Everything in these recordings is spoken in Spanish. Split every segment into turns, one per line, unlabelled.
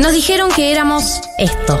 Nos dijeron que éramos esto.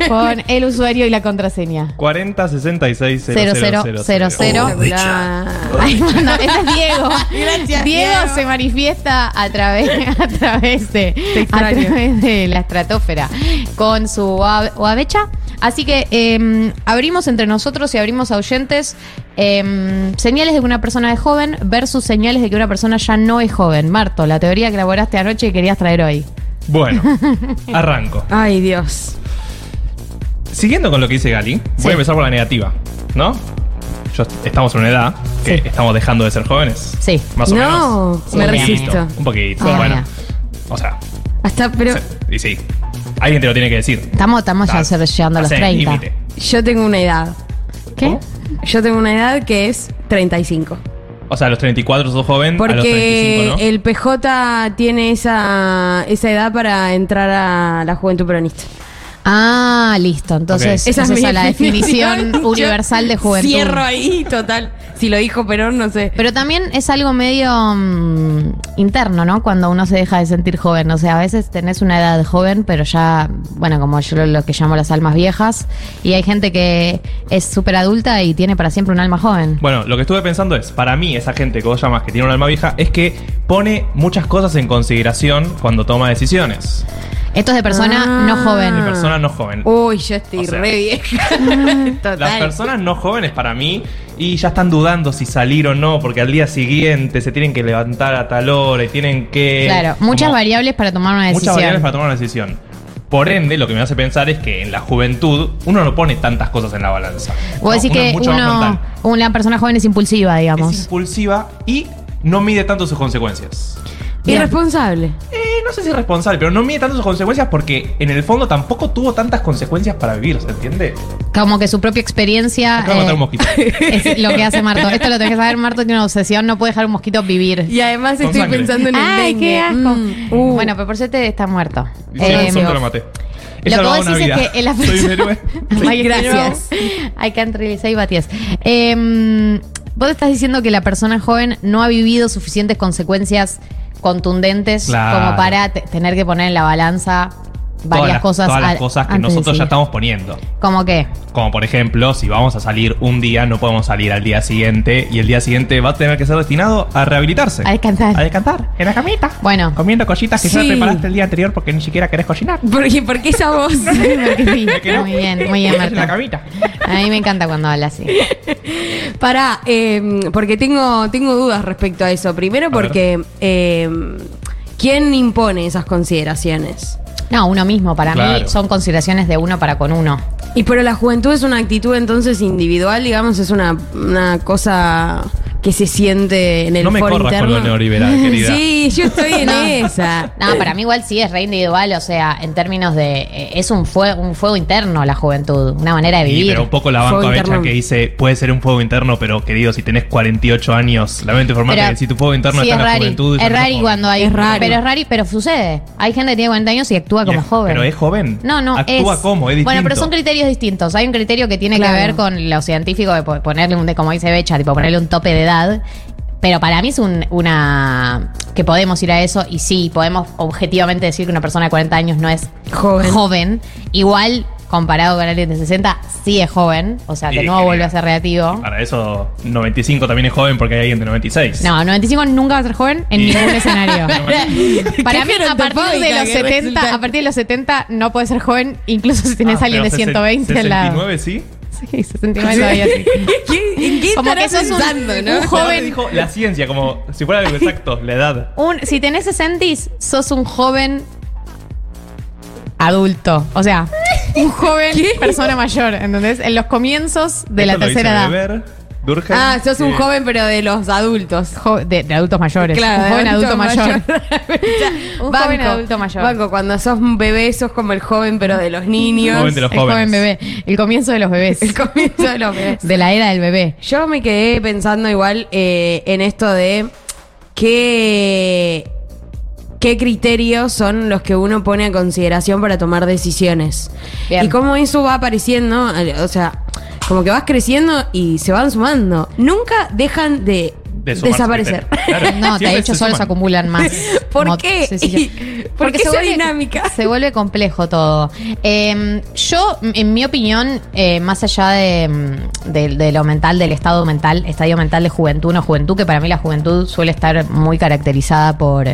con el usuario y la contraseña.
40 66 Oh,
0000.
Hola.
Ahí mandan- ese es Diego.
Ah. Gracias,
Diego,
Diego.
se manifiesta a través, a través de, a
extraño.
través de la estratosfera con su abecha. Así que eh, abrimos entre nosotros y abrimos a oyentes eh, señales de que una persona es joven versus señales de que una persona ya no es joven. Marto, la teoría que elaboraste anoche y querías traer hoy.
Bueno, arranco.
Ay, Dios.
Siguiendo con lo que dice Gali, voy a empezar por la negativa, ¿no? Yo- estamos en una edad que estamos dejando de ser jóvenes.
Sí.
Más o menos.
No, me
Un poquito,
resisto.
Un poquito,
Ah,
bueno.
mira.
O sea,
Hasta, pero
y sí. Alguien te lo tiene que decir.
Estamos, estamos ya
Estás-
cer- llegando a los
estás en el
30.
límite.
yo tengo una edad.
¿Qué?
Yo tengo una edad que es 35.
O sea, a los 34 sos joven, a los
Porque
35 no.
el PJ tiene esa, esa edad para entrar a la juventud peronista.
Ah, listo. Entonces,
Ok.
esa es, la definición
Yo
universal de juventud.
Cierro ahí, total. Si lo dijo Perón, no sé.
Pero también es algo medio mm, interno, ¿no? Cuando uno se deja de sentir joven. O sea, a veces tenés una edad joven, pero ya, bueno, como yo lo, lo que llamo las almas viejas. Y hay gente que es súper adulta y tiene para siempre un alma joven.
Bueno, lo que estuve pensando es, para mí, esa gente que vos llamas que tiene un alma vieja, es que pone muchas cosas en consideración cuando toma decisiones.
Ah. Esto es de persona
Ah.
no joven.
De persona no joven.
Uh,
Uy, yo estoy
O sea,
re vieja. Total.
Las personas no jóvenes para mí y ya están dudando si salir o no porque al día siguiente se tienen que levantar a tal hora y tienen que...
Claro,
eh, como
muchas variables para tomar una
Muchas
decisión.
variables para tomar una decisión. Por ende, lo que me hace pensar es que en la juventud uno no pone tantas cosas en la balanza.
Vos
No,
decís
uno es
que
mucho más
uno,
frontal.
una persona joven es impulsiva, digamos.
es impulsiva y no mide tanto sus consecuencias.
Bien.
Irresponsable.
Eh, no sé si es responsable, pero no mide tanto sus consecuencias porque en el fondo tampoco tuvo tantas consecuencias para vivir, ¿se entiende?
Como que su propia experiencia
Acabo de matar
eh,
un mosquito.
es lo que hace Marto. Esto lo tenés que saber, Marto tiene una obsesión, no puede dejar un mosquito vivir.
Y además
Con
estoy
sangre.
pensando en el
Ay,
dengue.
qué asco.
Mm, uh.
Bueno, pero por suerte está muerto.
Y
Eh,
sí, solo lo maté. He
lo que
salvado
vos
una
decís
vida.
es que en la
Soy un
persona-
héroe.
Ay,
Sí.
gracias. I can't really say but yes. Eh, vos estás diciendo que la persona joven no ha vivido suficientes consecuencias contundentes
Claro.
como para te- tener que poner en la balanza varias
Todas las-
cosas.
Todas las
a-
cosas que
antes de
nosotros ya
sí.
estamos poniendo.
Como que.
Como por ejemplo, si vamos a salir un día, no podemos salir al día siguiente y el día siguiente va a tener que ser destinado a rehabilitarse.
A descansar.
A descansar, en la camita.
Bueno.
Comiendo cositas que
Sí.
ya preparaste el día anterior porque ni siquiera querés cocinar.
Porque, porque esa voz.
Sí, porque sí. Muy bien, muy bien,
Estás En la
Marta.
camita.
A mí me encanta cuando habla así.
Pará, eh, porque tengo, tengo dudas respecto a eso. Primero
ver.
porque eh, ¿quién impone esas consideraciones?
No, uno mismo. Para mí
Claro.
son consideraciones de uno para con uno.
Y pero la juventud es una actitud entonces individual, digamos, es una, una cosa que se siente en el
No me
foro
corras con
interno.
lo neoliberal, querida.
Sí, yo estoy en
No.
esa.
No, para mí igual sí es re individual, o sea, en términos de. eh, es un, fue, un fuego interno la juventud, una manera de vivir.
Y, pero un poco la banco
Fuego
a Becha
interno.
que dice, puede ser un fuego interno, pero querido, si tenés 48 años, lamento informarte
Pero
que si tu fuego interno
sí,
está en
es
la
rari.
juventud... ya
Es
no
rari
joven.
cuando hay. Pero es rari, pero sucede. Hay gente que tiene 40 años y actúa como
Y es-
joven.
Pero es joven.
No, no,
Actúa
es-
como, es distinto.
Bueno, pero son criterios distintos. Hay un criterio que tiene
Claro.
que ver con los científicos de po- ponerle un, de- como dice Becha, tipo ponerle un tope de edad. Pero para mí es un- una. que podemos ir a eso y sí, podemos objetivamente decir que una persona de 40 años no es
joven.
Igual, comparado con alguien de 60, sí es joven. O sea,
Sí,
de nuevo
genial.
vuelve a ser relativo.
Para eso, 95 también es joven porque hay alguien de 96.
No, 95 nunca va a ser joven en
Y-
ningún escenario. Para
Qué
mí, a partir de
gerontofóbica
los
que
70,
resulta.
a partir de los 70 no puedes ser joven, incluso si
Ah,
tenés a alguien de 120 al lado.
69, sí.
Sí, 69 Pues todavía sí.
¿En qué
Como que
estarás
sos un-
pensando,
un
no?
joven-
Dijo la ciencia, como si fuera algo exacto, la edad.
Un- si tenés 60, sos un joven adulto. O sea, un joven persona mayor, ¿entendés? En los comienzos de la
Esto lo
tercera
hizo
edad.
Weber, Durkheim,
Ah, sos un
eh,
joven, pero de los adultos.
Jo- de, de adultos mayores.
Claro,
un joven adulto, mayor.
un
Banco. Banco,
Banco, cuando sos un bebé, sos como el joven, pero de los niños.
niños. El joven de los
El
jóvenes.
joven bebé. El comienzo de los bebés.
El comienzo de los bebés.
De la era del bebé.
Yo me quedé pensando igual eh, en esto de qué, qué criterios son los que uno pone a consideración para tomar decisiones.
Bien.
Y cómo eso va apareciendo, al- o sea, como que vas creciendo y se van sumando. Nunca dejan de,
de sumarse
desaparecer.
criterios. Claro,
No, de
siempre
hecho
se
solo se
suman.
acumulan más.
¿Por
Mot-
qué?
sí, sí, sí.
¿Por qué esa
vuelve-
dinámica?
Se vuelve complejo todo. Eh, yo, m- en mi opinión, eh, más allá de, mm, de- de lo mental, del estado mental, estadio mental de juventud, no juventud, que para mí la juventud suele estar muy caracterizada por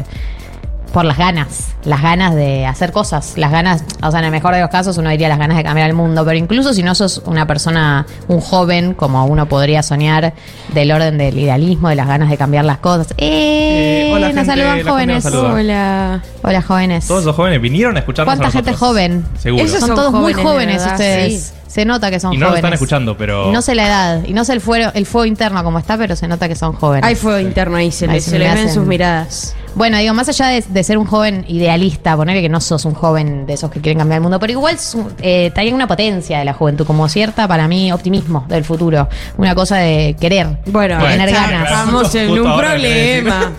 por las ganas, las ganas de hacer cosas, las ganas, o sea, en el mejor de los casos uno diría las ganas de cambiar el mundo, pero incluso si no sos una persona, un joven, como uno podría soñar, del orden del idealismo, de las ganas de cambiar las cosas. ¡Eh!
Eh, hola,
nos
gente, la
saludan
gente nos
jóvenes.
saluda.
Hola.
Hola, jóvenes.
Todos los jóvenes vinieron a escucharnos
¿Cuánta
a
gente
nosotros.
joven?
Seguro.
Esos
Son
Son
todos muy
jóvenes,
jóvenes
de verdad,
ustedes.
sí.
Se nota que son
Y no nos
jóvenes.
están escuchando, pero...
Y no sé la edad, y no sé el fuego, el fuego interno como está, pero se nota que son jóvenes.
Hay fuego interno ahí, se
Ahí
le,
se
se le
le
ven
hacen-
sus miradas.
Bueno, digo, más allá de, de ser un joven idealista, ponerle que no sos un joven de esos que quieren cambiar el mundo, pero igual es un- eh, trae una potencia de la juventud, como cierta, para mí, optimismo del futuro. Una cosa de querer,
Bueno,
de tener
está,
ganas.
claro.
Estamos en
Justo
un
ahora lo quería
problema.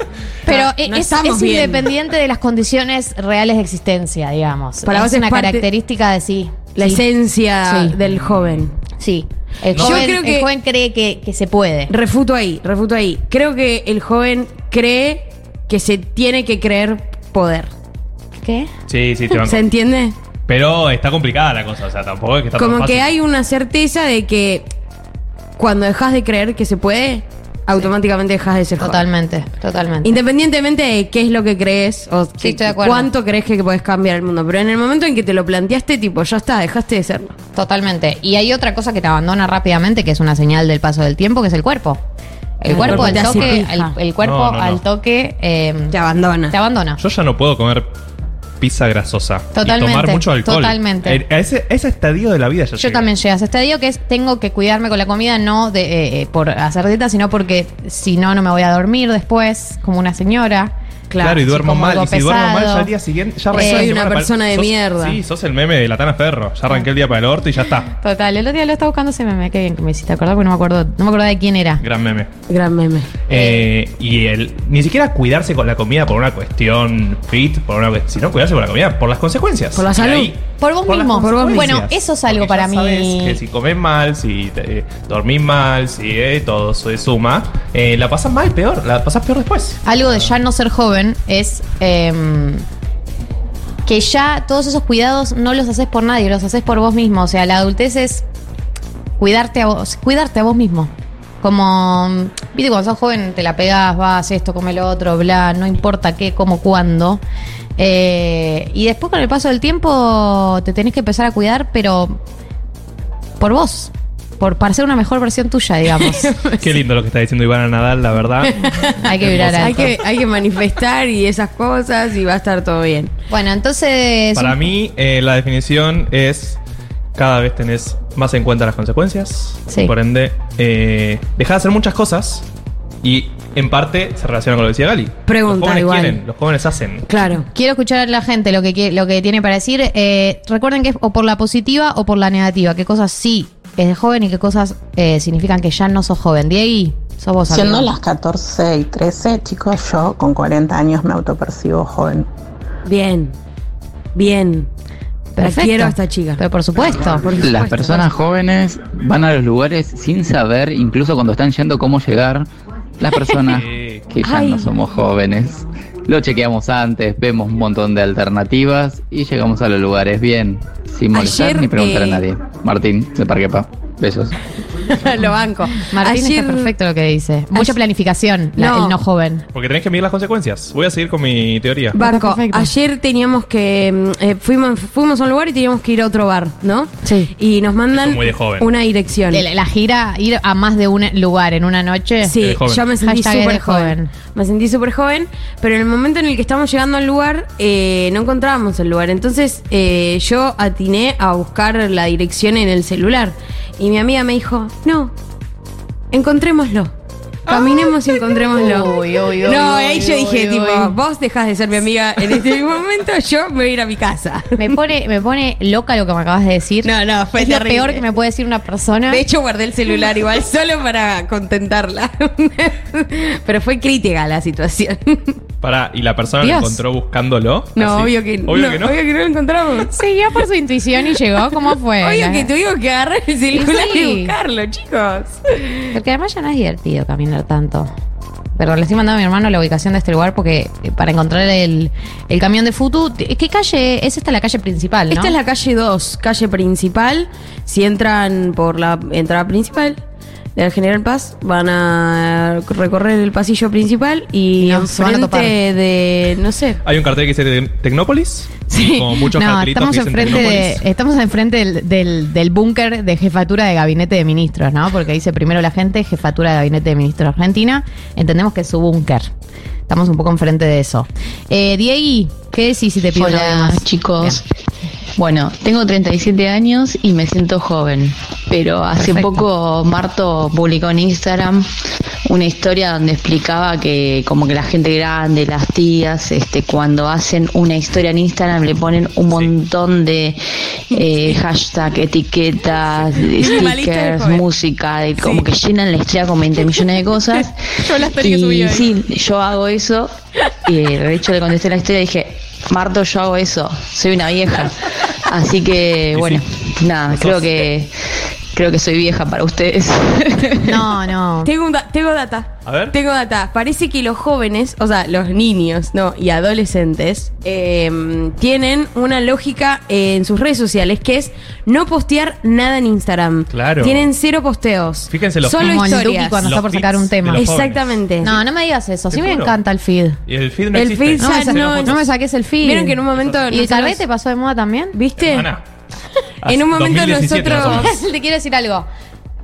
Pero
No,
eh,
no
es,
estamos
es
bien.
independiente de las condiciones reales de existencia, digamos.
Para
es
vos es
una
parte-
característica de sí.
La
sí,
esencia
Sí.
del joven.
sí. El,
Yo
joven,
creo
el
que-
joven cree que, que se puede.
Refuto ahí, refuto ahí. Creo que el joven cree que se tiene que creer poder.
¿Qué?
Sí, sí, te banco.
¿Se entiende?
Pero está complicada la cosa, o sea, tampoco es que está tan
Como
fácil.
que hay una certeza de que cuando dejas de creer que se puede, automáticamente dejas de ser joven.
Totalmente, totalmente.
Independientemente de qué es lo que crees o
Sí,
qué-
estoy de acuerdo.
cuánto crees que podés cambiar el mundo. Pero en el momento en que te lo planteaste, tipo, ya está, dejaste de serlo.
Totalmente. Y hay otra cosa que te abandona rápidamente, que es una señal del paso del tiempo, que es el cuerpo. El
El
cuerpo
cuerpo te
al
hace
toque, el,
pija.
el cuerpo
No, no, no.
al toque eh,
Te abandona.
te abandona.
Yo ya no puedo comer pizza grasosa.
Totalmente,
Y tomar mucho alcohol.
totalmente.
Eh, A ese, a ese estadio de la vida ya
Yo
llegué.
también llegué a ese estadio que es tengo que cuidarme con la comida, no de, eh, eh, por hacer dieta, sino porque si no, no me voy a dormir después, como una señora.
Claro, y duermo
como
mal.
algo
Y si duermo mal,
pesado.
ya al día siguiente. Ya
Eh,
arranqué la
soy una
semana para-
persona de
sos-
mierda.
Sí, sos el meme de la Tana Ferro. Ya arranqué el día para el orto y ya está.
Total, el otro día lo estaba buscando ese meme, qué bien que me hiciste acordar, porque no me acuerdo, no me acordaba de quién era.
Gran meme.
Gran meme.
Eh, y el, ni siquiera cuidarse con la comida por una cuestión fit, por una, cuest- sino cuidarse con la comida por las consecuencias.
Por la
Y
salud.
Por vos
las
mismo. Por vos
consecuencias.
Bueno, eso es algo
Porque
para
ya
mí.
sabes que si comes mal, si te- eh, dormís mal, si eh, todo se suma, eh, la pasas mal, peor, la pasas peor después.
algo de ya no ser joven es em, que ya todos esos cuidados no los haces por nadie, los haces por vos mismo. O sea, la adultez es cuidarte a vos, cuidarte a vos mismo. Como, mm, viste, cuando sos joven te la pegás, vas, esto, come lo otro, bla, no importa qué, cómo, cuándo. Eh, y después con el paso del tiempo te tenés que empezar a cuidar, pero por vos, por, para ser una mejor versión tuya, digamos.
Qué lindo lo que está diciendo Ivana Nadal, la verdad.
Hay que vibrar
Hay
alto.
que, hay que manifestar y esas cosas y va a estar todo bien.
Bueno, entonces...
Para
un-
mí, eh, la definición es cada vez tenés más en cuenta las consecuencias.
Sí.
Por ende, eh, dejás de hacer muchas cosas Y en parte se relaciona con lo que decía Gali.
Pregunta
los jóvenes
igual.
quieren, los jóvenes hacen.
Claro. Quiero escuchar a la gente lo que, quie- lo que tiene para decir. Eh, recuerden que es o por la positiva o por la negativa. ¿Qué cosas sí es de joven y qué cosas eh, significan que ya no sos joven? Diego, sos vos. amigo.
Siendo las 14 y 13, chicos, yo con 40 años me autopercibo joven.
Bien. Bien.
Perfecto.
Quiero a esta chica.
Pero por supuesto.
Las personas jóvenes van a los lugares sin saber, incluso cuando están yendo, cómo llegar. Las personas
Sí.
que ya
Ay.
no somos jóvenes. Lo chequeamos antes, vemos un montón de alternativas y llegamos a los lugares bien, sin molestar
Ayer,
ni preguntar
eh,
a nadie. Martín, de Parquepa. Besos.
lo banco.
Martín
Ayer-
está perfecto lo que dice. Mucha planificación, la-
No.
el no joven.
Porque tenés que medir las consecuencias. Voy a seguir con mi teoría.
Barco, ayer teníamos que. mm, eh, fuimos, fuimos a un lugar y teníamos que ir a otro bar, ¿no? Sí. Y nos mandan
Eso muy de joven.
una dirección.
La, la gira, ir a más de un lugar en una noche.
Eh,
Sí, yo me sentí
Hashtag
súper
eres
joven. Me sentí súper joven, pero en el momento en el que estamos llegando al lugar, eh, no encontrábamos el lugar. Entonces eh, yo atiné a buscar la dirección en el celular. Y mi amiga me dijo, no, encontrémoslo. Caminemos y encontrémoslo.
uy,
no, ahí
uy,
yo dije,
uy,
tipo,
uy.
vos dejás de ser mi amiga en este momento, yo me voy a ir a mi casa.
Me pone, me pone loca lo que me acabas de decir. No, no,
fue
es
terrible.
lo peor que me puede decir una persona.
De hecho, guardé el celular igual solo para contentarla. Pero fue crítica la situación.
Pará, ¿y la persona lo
Dios.
encontró buscándolo?
No,
Así.
obvio que
Obvio
no,
que no.
Obvio que no lo encontramos.
Seguía por su intuición y llegó. ¿Cómo fue?
Obvio
La-
que tuvimos que agarrar el celular
Y sí.
y buscarlo, chicos.
Porque además ya no es divertido caminar tanto. Pero le estoy mandando a mi hermano la ubicación de este lugar porque eh, para encontrar el, el camión de Futu. t- ¿Qué calle? Es esta la calle principal, ¿no?
Esta es la calle 2, calle principal. Si entran por la entrada principal del General Paz, van a recorrer el pasillo principal y,
Y no, se van a
enfrente
topar.
de, no sé,
Hay un cartel que dice Tec- Tecnópolis. Con muchos
no,
cartelitos
estamos
que
enfrente,
dicen
de- eh,
Tecnópolis.
estamos enfrente del, del, del búnker de jefatura de gabinete de ministros, ¿no? Porque dice primero la gente, jefatura de gabinete de ministros argentina. Entendemos que es su búnker. Estamos un poco enfrente de eso. Eh, Diegui, ¿qué decís si te pido
Hola,
una vez más?
chicos. Bueno, tengo 37 años y me siento joven, pero hace
Perfecto.
poco Marto publicó en Instagram una historia donde explicaba que como que la gente grande, las tías, este, cuando hacen una historia en Instagram le ponen un montón de eh, hashtag, etiquetas,
La lista de
stickers,
joven.
música, de- como que llenan la historia con 20 millones de cosas.
Yo la historia que
Y
subí hoy.
sí, yo hago eso. Y de hecho le contesté la historia y dije, Marto, yo hago eso. Soy una vieja. Así que, bueno, nada, creo
eh,
que creo que soy vieja para ustedes.
No, no.
Tengo, un da- tengo data.
A ver.
Tengo data. Parece que los jóvenes, o sea, los niños, no, y adolescentes, eh, tienen una lógica eh, en sus redes sociales que es no postear nada
eh,
en Instagram.
Claro.
Tienen cero posteos.
Fíjense los
Solo
feeds.
historias.
Como el Duki cuando está Los por sacar un feeds de tema. los jóvenes.
Exactamente.
No, no me digas eso.
Te
Sí me
juro.
encanta el feed.
Y el feed no
el
existe.
feed ya
Existen las
no,
fotos.
no me
saques el feed.
Vieron que en un momento.
¿Y el
nosotros-
Calvete pasó de moda también?
¿Viste?
Hermana.
En un momento
2017 más o
nosotros.
menos.
Te quiero decir algo.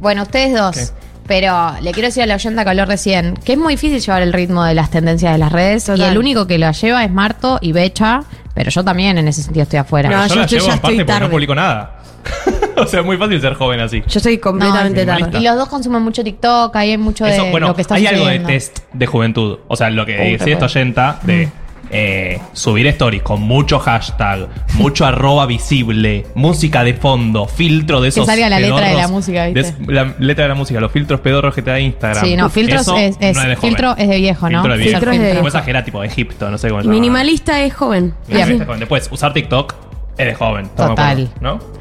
Bueno, ustedes dos.
¿Qué?
Pero le quiero decir a la oyenta que habló recién que es muy difícil llevar el ritmo de las tendencias de las redes. Y
Total.
el único que la lleva es Marto y Becha. Pero yo también en ese sentido estoy afuera.
Pero yo, la llevo en parte porque no publico nada. o sea, es muy fácil ser joven así.
Yo estoy completamente
No,
tarde.
Y los dos consumen mucho TikTok, ahí hay mucho
Eso,
de
bueno,
lo que está
hay algo de
sucediendo.
test de juventud. O sea, lo que
Uy,
decía esta
tal
oyenta
Mm.
de eh, subir stories con mucho hashtag, mucho arroba visible, música de fondo, filtro de
Que
esos.
salga la letra de
pedorros-
la música, ¿viste?
de es- la letra de la música, los filtros pedorros que te da Instagram.
Sí, no, filtros
Eso
es, es-
no de joven.
filtro es de viejo, ¿no?
Filtro de
Filtro es de
viejo. Como
viejo.
esa que era tipo de Egipto, no sé cómo se llama.
Minimalista es joven.
Minimalista joven. Después, usar TikTok es de joven. estamos de
Total.
acuerdo, ¿No?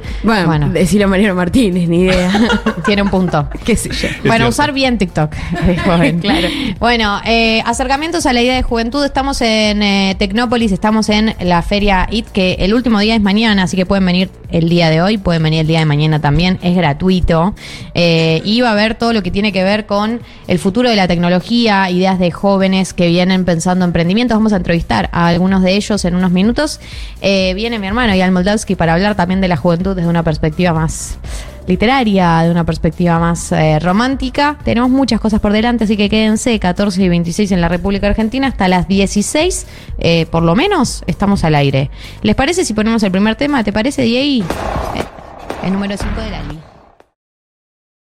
Bueno, decirlo a Mariano Martínez, ni idea.
Tiene un punto.
¿Qué sé yo?
Bueno,
cierto.
usar bien TikTok. es joven.
Claro.
Bueno, eh, acercamientos a la idea de juventud. Estamos en eh, Tecnópolis, estamos en la feria IT, que el último día es mañana, así que pueden venir el día de hoy, pueden venir el día de mañana también, es gratuito. Eh, y va a haber todo lo que tiene que ver con el futuro de la tecnología, ideas de jóvenes que vienen pensando emprendimientos. Vamos a entrevistar a algunos de ellos en unos minutos. Eh, viene mi hermano Ian Moldavsky para hablar también de la juventud desde una perspectiva más literaria, de una perspectiva más eh, romántica. Tenemos muchas cosas por delante, así que quédense 14 y 26 en la República Argentina hasta las 16, eh, por lo menos estamos al aire. ¿Les parece si ponemos el primer tema? ¿Te parece, Diego? El Eh, número 5 de la lista.